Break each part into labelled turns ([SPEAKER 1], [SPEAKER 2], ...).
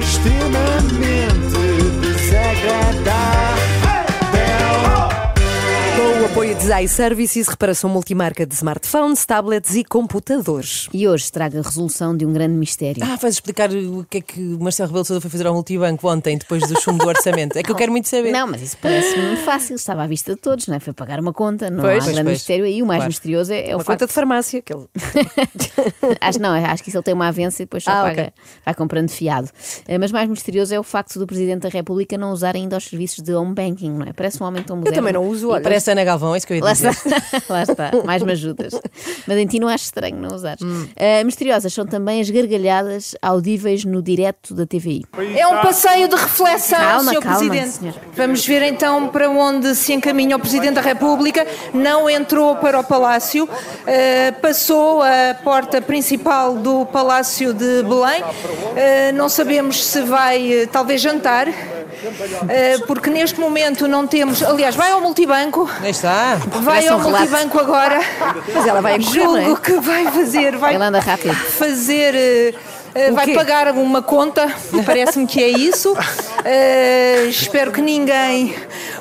[SPEAKER 1] extremamente desagradável.
[SPEAKER 2] Com o apoio de Zai Services, reparação multimarca de smartphones, tablets e computadores.
[SPEAKER 3] E hoje trago a resolução de um grande mistério.
[SPEAKER 4] Ah, vais explicar o que é que o Marcelo Rebelo de Sousa foi fazer ao multibanco ontem, depois do chumbo do orçamento. É que eu quero muito saber.
[SPEAKER 3] Não, mas isso parece-me fácil, estava à vista de todos, não é? Foi pagar uma conta, não
[SPEAKER 4] Pois, pois,
[SPEAKER 3] há grande
[SPEAKER 4] pois.
[SPEAKER 3] mistério aí. O mais
[SPEAKER 4] Claro.
[SPEAKER 3] misterioso é, é o
[SPEAKER 2] Uma
[SPEAKER 3] facto.
[SPEAKER 2] conta de farmácia. Que ele...
[SPEAKER 3] acho, não, é, acho que isso ele tem uma avença e depois só
[SPEAKER 2] Ah,
[SPEAKER 3] paga,
[SPEAKER 2] ok.
[SPEAKER 3] vai comprando fiado. Eh, Mas mais misterioso é o facto do Presidente da República não usar ainda os serviços de home banking, não é? Parece um homem tão moderno.
[SPEAKER 2] também não uso,
[SPEAKER 3] E
[SPEAKER 2] olha.
[SPEAKER 3] parece-
[SPEAKER 4] Parece Ana Galvão, é isso que eu ia
[SPEAKER 3] Lá
[SPEAKER 4] dizer.
[SPEAKER 3] está, lá está, mais me ajudas. Mas em ti não acho estranho não usares. Eh, misteriosas são também as gargalhadas audíveis no direto da TVI.
[SPEAKER 5] É um passeio de reflexão,
[SPEAKER 3] Calma,
[SPEAKER 5] Sr.
[SPEAKER 3] calma,
[SPEAKER 5] Presidente.
[SPEAKER 3] senhora.
[SPEAKER 5] Vamos ver então para onde se encaminha o Presidente da República. Não entrou para o Palácio, eh, passou a porta principal do Palácio de Belém. Eh, não sabemos se vai, eh, talvez, jantar, eh, porque neste momento não temos. Aliás, vai ao multibanco.
[SPEAKER 4] Aí está.
[SPEAKER 5] Vai
[SPEAKER 3] Parece
[SPEAKER 5] ao
[SPEAKER 3] um relato.
[SPEAKER 5] multibanco agora.
[SPEAKER 2] Mas ela vai a correr, não
[SPEAKER 5] Julgo
[SPEAKER 2] é?
[SPEAKER 5] que vai fazer. Vai
[SPEAKER 3] Ela anda rápido.
[SPEAKER 5] fazer. eh, eh,
[SPEAKER 2] O
[SPEAKER 5] vai
[SPEAKER 2] quê?
[SPEAKER 5] pagar alguma conta, parece-me que é isso. Eh, espero que ninguém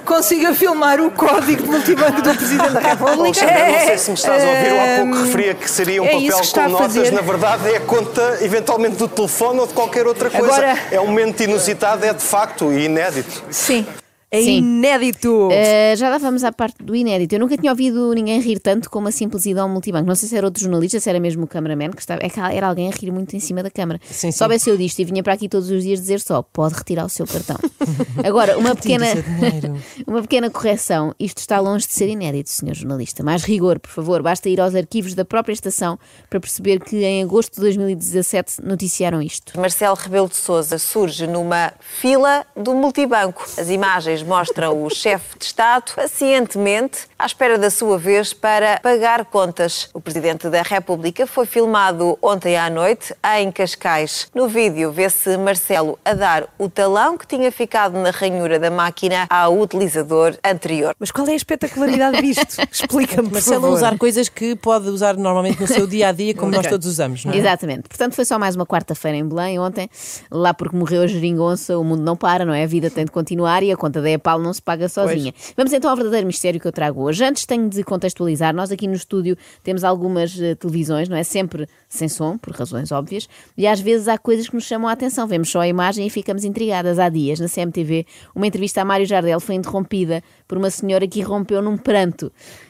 [SPEAKER 5] consiga filmar o código de multibanco do Presidente da República.
[SPEAKER 6] Alexandre, não sei se me estás a ouvir, eu há pouco
[SPEAKER 5] Eh,
[SPEAKER 6] referia que seria um
[SPEAKER 5] é isso
[SPEAKER 6] papel
[SPEAKER 5] que está
[SPEAKER 6] com
[SPEAKER 5] a
[SPEAKER 6] notas,
[SPEAKER 5] fazer.
[SPEAKER 6] na verdade é a conta eventualmente do telefone ou de qualquer outra coisa.
[SPEAKER 5] Agora-
[SPEAKER 6] É um momento inusitado, é de facto e inédito.
[SPEAKER 5] Sim.
[SPEAKER 2] É
[SPEAKER 3] Sim.
[SPEAKER 2] inédito.
[SPEAKER 3] Eh, já lá vamos à parte do inédito. Eu nunca tinha ouvido ninguém rir tanto com uma simples ida ao multibanco. Não sei se era outro jornalista, se era mesmo o cameraman, que estava. É que era alguém a rir muito em cima da câmara.
[SPEAKER 4] Sim, sim.
[SPEAKER 3] Soubesse eu disto e vinha para aqui todos os dias dizer só: pode retirar o seu cartão. Agora, uma pequena,
[SPEAKER 4] o seu dinheiro.
[SPEAKER 3] uma pequena correção. Isto está longe de ser inédito, senhor jornalista. Mais rigor, por favor. Basta ir aos arquivos da própria estação para perceber que em agosto de 2017 noticiaram isto.
[SPEAKER 7] Marcelo Rebelo de Sousa surge numa fila do multibanco. As imagens mostram o chefe de Estado pacientemente à espera da sua vez para pagar contas. O presidente da República foi filmado ontem à noite em Cascais. No vídeo vê-se Marcelo a dar o talão que tinha ficado na ranhura da máquina ao utilizador anterior.
[SPEAKER 2] Mas qual é a espetacularidade disto? Explica-me, por
[SPEAKER 4] Marcelo a
[SPEAKER 2] favor.
[SPEAKER 4] usar coisas que pode usar normalmente no seu dia a dia, como nós
[SPEAKER 2] Ok.
[SPEAKER 4] todos usamos, não é?
[SPEAKER 3] Exatamente. Portanto, foi só mais uma quarta-feira em Belém ontem. Lá porque morreu a geringonça, o mundo não para, não é? A vida tem de continuar e a conta da EPAL não se paga sozinha. Vamos então ao verdadeiro mistério que eu trago hoje. Antes tenho de contextualizar. Nós aqui no estúdio temos algumas eh, televisões, não é? Sempre sem som, por razões óbvias. E às vezes há coisas que nos chamam a atenção. Vemos só a imagem e ficamos intrigadas. Há dias, na CMTV, uma entrevista a Mário Jardel foi interrompida por uma senhora que irrompeu num pranto.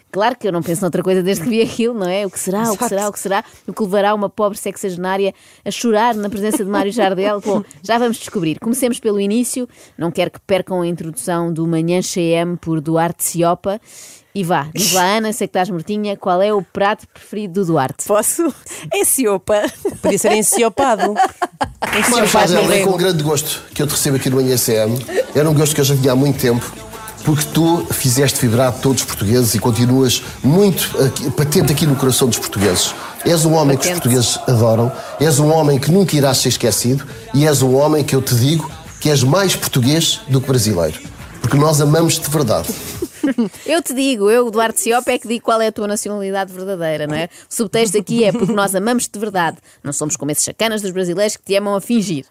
[SPEAKER 3] Claro que eu não penso noutra coisa desde que vi aquilo, não é? O que será, o que será, o que será, o que levará uma pobre sexagenária a chorar na presença de Mário Jardel? Bom, já vamos descobrir. Comecemos pelo início. Não quero que percam a introdução do Manhã CM por Duarte Ciopa. E vá, diz lá, Ana, sei que estás mortinha, qual é o prato preferido do Duarte?
[SPEAKER 2] Posso? É siopa.
[SPEAKER 4] Podia ser enciopado.
[SPEAKER 8] Mário
[SPEAKER 4] Enciopado
[SPEAKER 8] Jardel, é
[SPEAKER 4] morreu.
[SPEAKER 8] com grande gosto que eu te recebo aqui no NSM. Era um gosto que eu já tinha há muito tempo, porque tu fizeste vibrar todos os portugueses e continuas muito aqui- patente aqui no coração dos portugueses. És um homem que os
[SPEAKER 3] Patente.
[SPEAKER 8] portugueses adoram, és um homem que nunca irás ser esquecido e és um homem que eu te digo que és mais português do que brasileiro. Porque nós amamos de verdade.
[SPEAKER 3] Eu te digo, eu, Duarte Ciopa, é que digo qual é a tua nacionalidade verdadeira, não é? O subtexto aqui é porque nós amamos de verdade, não somos como esses chacanas dos brasileiros que te amam a fingir.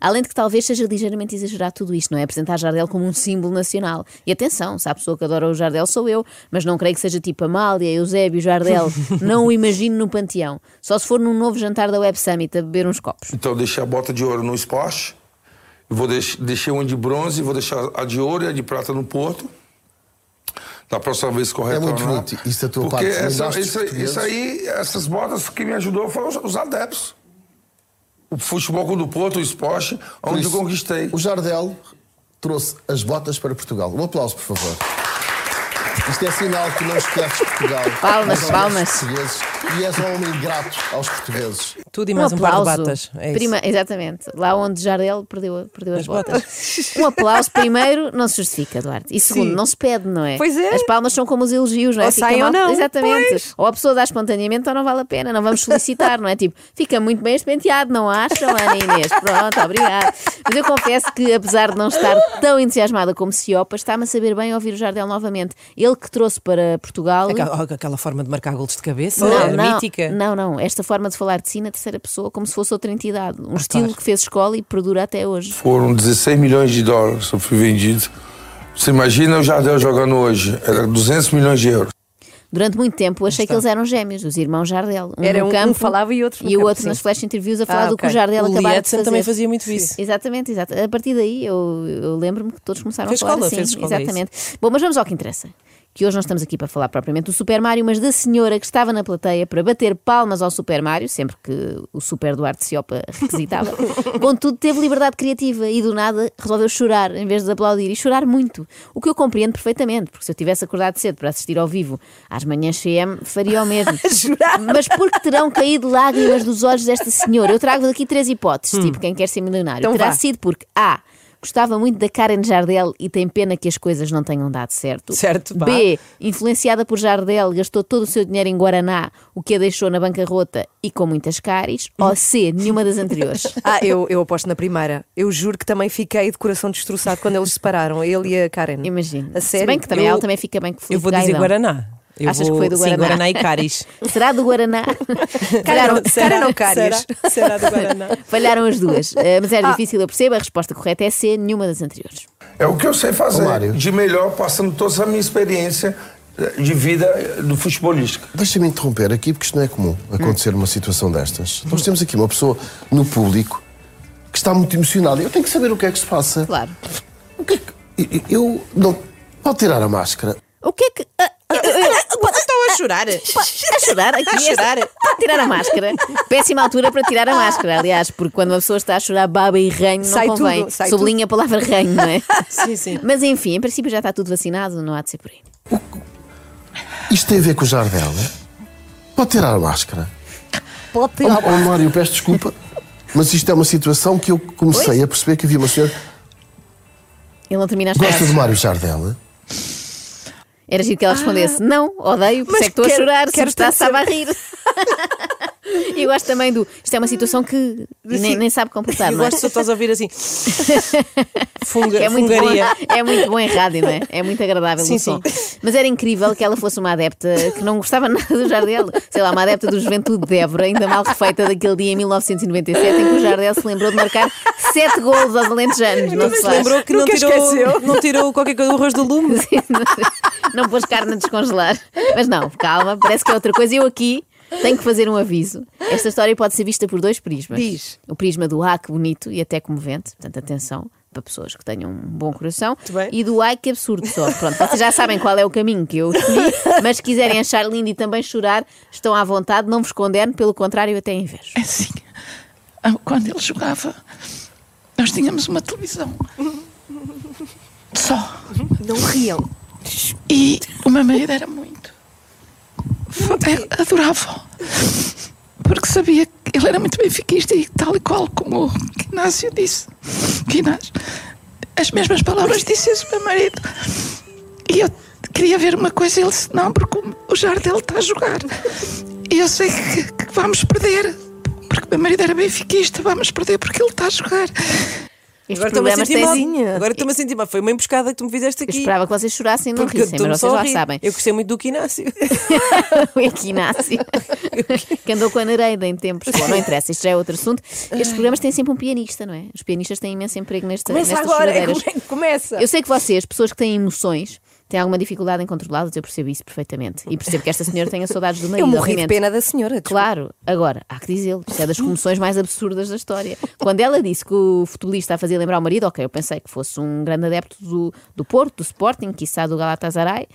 [SPEAKER 3] Além de que talvez seja ligeiramente exagerado tudo isto, não é? Apresentar Jardel como um símbolo nacional. E atenção, se há pessoa que adora o Jardel sou eu, mas não creio que seja tipo Amália, Eusébio, Jardel. Não o imagino no panteão. Só se for num novo jantar da Web Summit a beber uns copos.
[SPEAKER 6] Então deixei a bota de ouro no esporte, vou deixei uma de bronze, vou deixar a de ouro e a de prata no Porto. Da próxima vez correto.
[SPEAKER 8] É muito ou não. bonito isso da tua Porque parte, essa- mas acho que os isso- isso portugueses-
[SPEAKER 6] aí, essas botas que me ajudou foram os adeptos. o Futebol Clube do Porto, o esporte, onde eu conquistei.
[SPEAKER 8] O Jardel trouxe as botas para Portugal. Um aplauso, por favor. Isto é sinal que não esqueces Portugal.
[SPEAKER 3] Palmas,
[SPEAKER 8] mas aos
[SPEAKER 3] palmas.
[SPEAKER 8] Portugueses, e és um homem grato aos portugueses.
[SPEAKER 4] Tudo e mais um, par de batas. É isso.
[SPEAKER 3] Prima- exatamente. Lá onde Jardel perdeu, perdeu as, botas. Um aplauso, primeiro, não se justifica, Duarte. E segundo,
[SPEAKER 2] Sim.
[SPEAKER 3] não se pede, não é?
[SPEAKER 2] Pois é.
[SPEAKER 3] As palmas são como os elogios, não é?
[SPEAKER 2] Ou
[SPEAKER 3] Fica
[SPEAKER 2] saem ou
[SPEAKER 3] mal-
[SPEAKER 2] não.
[SPEAKER 3] Exatamente.
[SPEAKER 2] Pois.
[SPEAKER 3] Ou a pessoa dá espontaneamente ou não vale a pena, não vamos solicitar, não é? Tipo, fica muito bem este penteado, não acham, Ana Inês? Pronto, obrigada. Mas eu confesso que, apesar de não estar tão entusiasmada como Ciopa, está-me a saber bem ouvir o Jardel novamente. Ele que trouxe para Portugal.
[SPEAKER 4] Aquela, aquela forma de marcar golos de cabeça,
[SPEAKER 3] Não,
[SPEAKER 4] era
[SPEAKER 3] não,
[SPEAKER 4] mítica.
[SPEAKER 3] Não, não. Esta forma de falar de si na terceira pessoa, como se fosse outra entidade.
[SPEAKER 4] Ah, tá.
[SPEAKER 3] Um estilo que fez escola e perdura até hoje.
[SPEAKER 6] Foram 16 milhões de dólares que eu fui vendido. Você imagina o Jardel jogando hoje? Era 200 milhões de euros.
[SPEAKER 3] Durante muito tempo eu achei que eles eram gêmeos, os irmãos Jardel. Um
[SPEAKER 2] Era
[SPEAKER 3] no
[SPEAKER 2] um- um
[SPEAKER 3] campo
[SPEAKER 2] falava e outro no
[SPEAKER 3] E o
[SPEAKER 2] campo,
[SPEAKER 3] outro
[SPEAKER 2] sim. Ah,
[SPEAKER 3] nas flash interviews a falar do que
[SPEAKER 2] ok.
[SPEAKER 3] o Jardel
[SPEAKER 4] O
[SPEAKER 3] acabava de
[SPEAKER 4] Lietzen
[SPEAKER 3] fazer.
[SPEAKER 4] também fazia muito isso.
[SPEAKER 3] Exatamente, exato. A partir daí eu, eu lembro-me que todos começaram
[SPEAKER 4] Fez
[SPEAKER 3] a falar
[SPEAKER 4] escola,
[SPEAKER 3] assim.
[SPEAKER 4] fez escola, é isso.
[SPEAKER 3] exatamente. Bom, mas vamos ao que interessa. Que hoje não estamos aqui para falar propriamente do Super Mario, mas da senhora que estava na plateia para bater palmas ao Super Mario, sempre que o Super Duarte Ciopa requisitava. Contudo, teve liberdade criativa e do nada resolveu chorar em vez de aplaudir e chorar muito. O que eu compreendo perfeitamente, porque se eu tivesse acordado cedo para assistir ao vivo às manhãs CM, faria o mesmo. Mas porque terão caído lágrimas dos olhos desta senhora? Eu trago aqui três hipóteses, tipo quem quer ser milionário.
[SPEAKER 2] Então
[SPEAKER 3] Terá
[SPEAKER 2] vá.
[SPEAKER 3] sido porque A. Gostava muito da Karen Jardel e tem pena que as coisas não tenham dado certo.
[SPEAKER 4] Certo, vá.
[SPEAKER 3] B. Influenciada por Jardel, gastou todo o seu dinheiro em Guaraná, o que a deixou na bancarrota e com muitas cáries. Ou C. Nenhuma das anteriores.
[SPEAKER 2] Ah, eu, eu aposto na primeira. Eu juro que também fiquei de coração destroçado quando eles se separaram, ele e a Karen.
[SPEAKER 3] Imagino.
[SPEAKER 2] A sério.
[SPEAKER 3] Se bem que também é
[SPEAKER 2] Eu-
[SPEAKER 3] ela também fica bem que
[SPEAKER 4] Eu vou dizer Guaraná. Eu
[SPEAKER 3] Achas
[SPEAKER 4] vou...
[SPEAKER 3] que foi do
[SPEAKER 4] Sim,
[SPEAKER 3] Guaraná?
[SPEAKER 4] Guaraná e Cáris.
[SPEAKER 3] Será do Guaraná?
[SPEAKER 2] Karen,
[SPEAKER 4] Será?
[SPEAKER 2] Karen ou Cáries?
[SPEAKER 4] Será? Será do Guaraná?
[SPEAKER 3] Falharam as duas. Eh, mas era difícil, eu percebo. A resposta correta é C. Nenhuma das anteriores.
[SPEAKER 6] É o que eu sei
[SPEAKER 8] Ô,
[SPEAKER 6] fazer
[SPEAKER 8] Mário.
[SPEAKER 6] de melhor, passando toda a minha experiência de vida eh, do futebolístico.
[SPEAKER 8] Deixa-me interromper aqui, porque isto não é comum acontecer uma situação destas. Nós temos aqui uma pessoa no público que está muito emocionada. Eu tenho que saber o que é que se passa.
[SPEAKER 3] Claro.
[SPEAKER 8] O que é que. e- e- Eu. Não. Pode tirar a máscara.
[SPEAKER 3] O que é que. ah,
[SPEAKER 4] Estão a chorar.
[SPEAKER 3] Pá, A chorar aqui. A chorar. Pode tirar a máscara. Péssima altura para tirar a máscara, aliás, porque quando uma pessoa está a chorar baba e ranho, não
[SPEAKER 2] Ah. Sai
[SPEAKER 3] convém.
[SPEAKER 2] tudo, sai
[SPEAKER 3] Sublinha a palavra ranho, não é?
[SPEAKER 4] Sim, sim.
[SPEAKER 3] Mas enfim, em princípio já está tudo vacinado, não há de ser por aí.
[SPEAKER 8] Isto tem a ver com o Jardel, né? Pode tirar a máscara.
[SPEAKER 2] Pode ter.
[SPEAKER 8] Ó ó, Mário, peço desculpa, mas isto é uma situação que eu comecei a perceber que havia uma senhora.
[SPEAKER 3] Ele não termina as
[SPEAKER 8] Gosta
[SPEAKER 3] frases.
[SPEAKER 8] de Mário Jardel? né?
[SPEAKER 3] Era giro que ela respondesse: Não, odeio, por isso é que estou a
[SPEAKER 2] Ah. quero-
[SPEAKER 3] chorar, se
[SPEAKER 2] quero
[SPEAKER 3] me está
[SPEAKER 2] tanto
[SPEAKER 3] sabe a rir. E eu gosto também do. Isto é uma situação que nem, nem sabe comportar,
[SPEAKER 4] Eu
[SPEAKER 3] não é?
[SPEAKER 4] gosto de estás a ouvir assim. Funga,
[SPEAKER 3] Que é muito, bom,
[SPEAKER 4] fungaria.
[SPEAKER 3] é muito bom em rádio, não é? É muito agradável
[SPEAKER 4] Sim,
[SPEAKER 3] o som. Mas era incrível que ela fosse uma adepta que não gostava nada do Jardel. Sei lá, uma adepta do Juventude de Évora, ainda mal refeita daquele dia em 1997 em que o Jardel se lembrou de marcar sete golos aos alentejanos. Não se
[SPEAKER 4] Se
[SPEAKER 3] faz.
[SPEAKER 4] Então, lembrou que não
[SPEAKER 2] Nunca
[SPEAKER 4] tirou,
[SPEAKER 2] esqueceu.
[SPEAKER 4] não tirou qualquer coisa do arroz do lume.
[SPEAKER 3] Não pôs carne a descongelar. Mas não, calma, parece que é outra coisa. Eu aqui tenho que fazer um aviso. Esta história pode ser vista por dois prismas.
[SPEAKER 2] Diz.
[SPEAKER 3] O prisma do ah, que bonito e até comovente. Portanto, atenção para pessoas que tenham um bom coração.
[SPEAKER 4] bem.
[SPEAKER 3] E do ai, que absurdo só. Pronto, vocês já sabem qual é o caminho que eu escolhi. Mas se quiserem achar lindo e também chorar, estão à vontade, não vos condeno. Pelo contrário, eu até invejo.
[SPEAKER 9] É assim, ah, quando ele jogava, nós tínhamos uma televisão. Só.
[SPEAKER 2] Não riam.
[SPEAKER 9] E o meu marido era muito. Fa- é, Adorava. Porque sabia que ele era muito benfiquista e tal e qual como o Inácio disse. Que Inácio, as mesmas palavras disse esse meu marido. E eu queria ver uma coisa e ele disse, não, porque o- o Jardel está a jogar. E eu sei que, que vamos perder. Porque o meu marido era benfiquista, vamos perder porque ele está a jogar.
[SPEAKER 3] Estes
[SPEAKER 4] Agora estou-me a
[SPEAKER 3] programas
[SPEAKER 4] sentir mal.
[SPEAKER 3] têm-
[SPEAKER 4] Agora estou-me a sentir mal. Foi uma emboscada que tu me fizeste
[SPEAKER 3] Eu
[SPEAKER 4] aqui.
[SPEAKER 3] esperava que vocês chorassem e não
[SPEAKER 4] Porque eu
[SPEAKER 3] rissem, mas
[SPEAKER 4] estou-me
[SPEAKER 3] vocês
[SPEAKER 4] só a
[SPEAKER 3] lá
[SPEAKER 4] rir.
[SPEAKER 3] sabem.
[SPEAKER 4] Eu gostei muito do Quinácio.
[SPEAKER 3] o Equinácio, que andou com a Nereida em tempos. Bom, não interessa, isto já é outro assunto. Estes programas têm sempre um pianista, não é? Os pianistas têm imenso emprego nesta,
[SPEAKER 2] Começa
[SPEAKER 3] nestas
[SPEAKER 2] agora, é
[SPEAKER 3] choradeiras.
[SPEAKER 2] como é que começa?
[SPEAKER 3] Eu sei que vocês, pessoas que têm emoções, têm alguma dificuldade em controlá-las, eu percebo isso perfeitamente. E percebo que esta senhora tenha saudades do marido,
[SPEAKER 2] Eu morri de
[SPEAKER 3] obviamente.
[SPEAKER 2] pena da senhora. desculpa.
[SPEAKER 3] Claro, agora, há que dizê-lo, isto é das comoções mais absurdas da história. Quando ela disse que o futebolista a fazia lembrar o marido, ok, eu pensei que fosse um grande adepto do, do Porto, do Sporting, quiçá do Galatasaray,